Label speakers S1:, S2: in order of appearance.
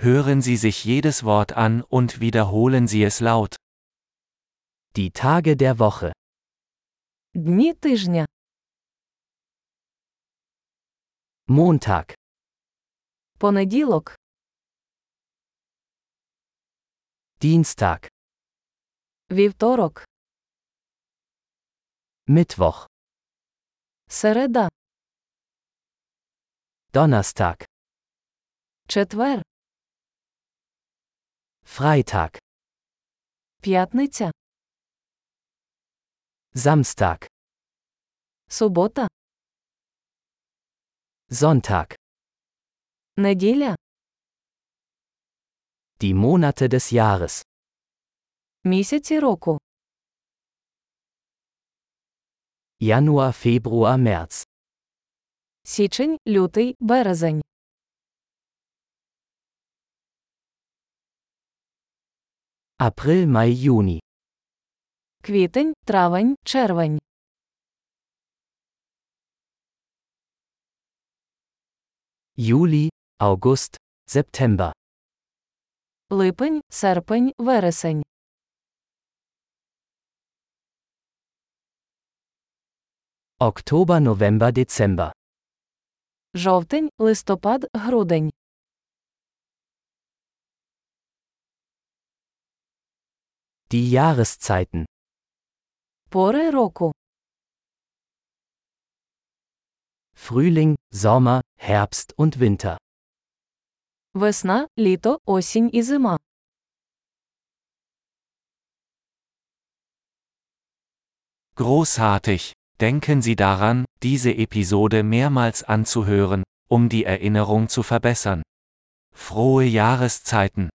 S1: hören Sie sich jedes Wort an und wiederholen Sie es laut. Die Tage der Woche.
S2: Дні тижня.
S1: Montag,
S2: Понеділок,
S1: Dienstag,
S2: вівторок,
S1: Mittwoch,
S2: середа,
S1: Donnerstag,
S2: четвер,
S1: Freitag,
S2: п'ятниця,
S1: Samstag,
S2: субота,
S1: Sonntag.
S2: неділя,
S1: Die Monate des Jahres.
S2: місяці року.
S1: Januar, Februar, März.
S2: Січень, лютий, березень.
S1: April, Mai, Juni.
S2: Квітень, травень, червень.
S1: Juli, August, September.
S2: Липень, серпень, вересень.
S1: Oktober, November, Dezember.
S2: Жовтень, листопад, грудень.
S1: Die Jahreszeiten.
S2: Пори року.
S1: Frühling, Sommer, Herbst und Winter.
S2: Весна, літо, осінь і зима.
S1: Großartig! Denken Sie daran, diese Episode mehrmals anzuhören, um die Erinnerung zu verbessern. Frohe Jahreszeiten!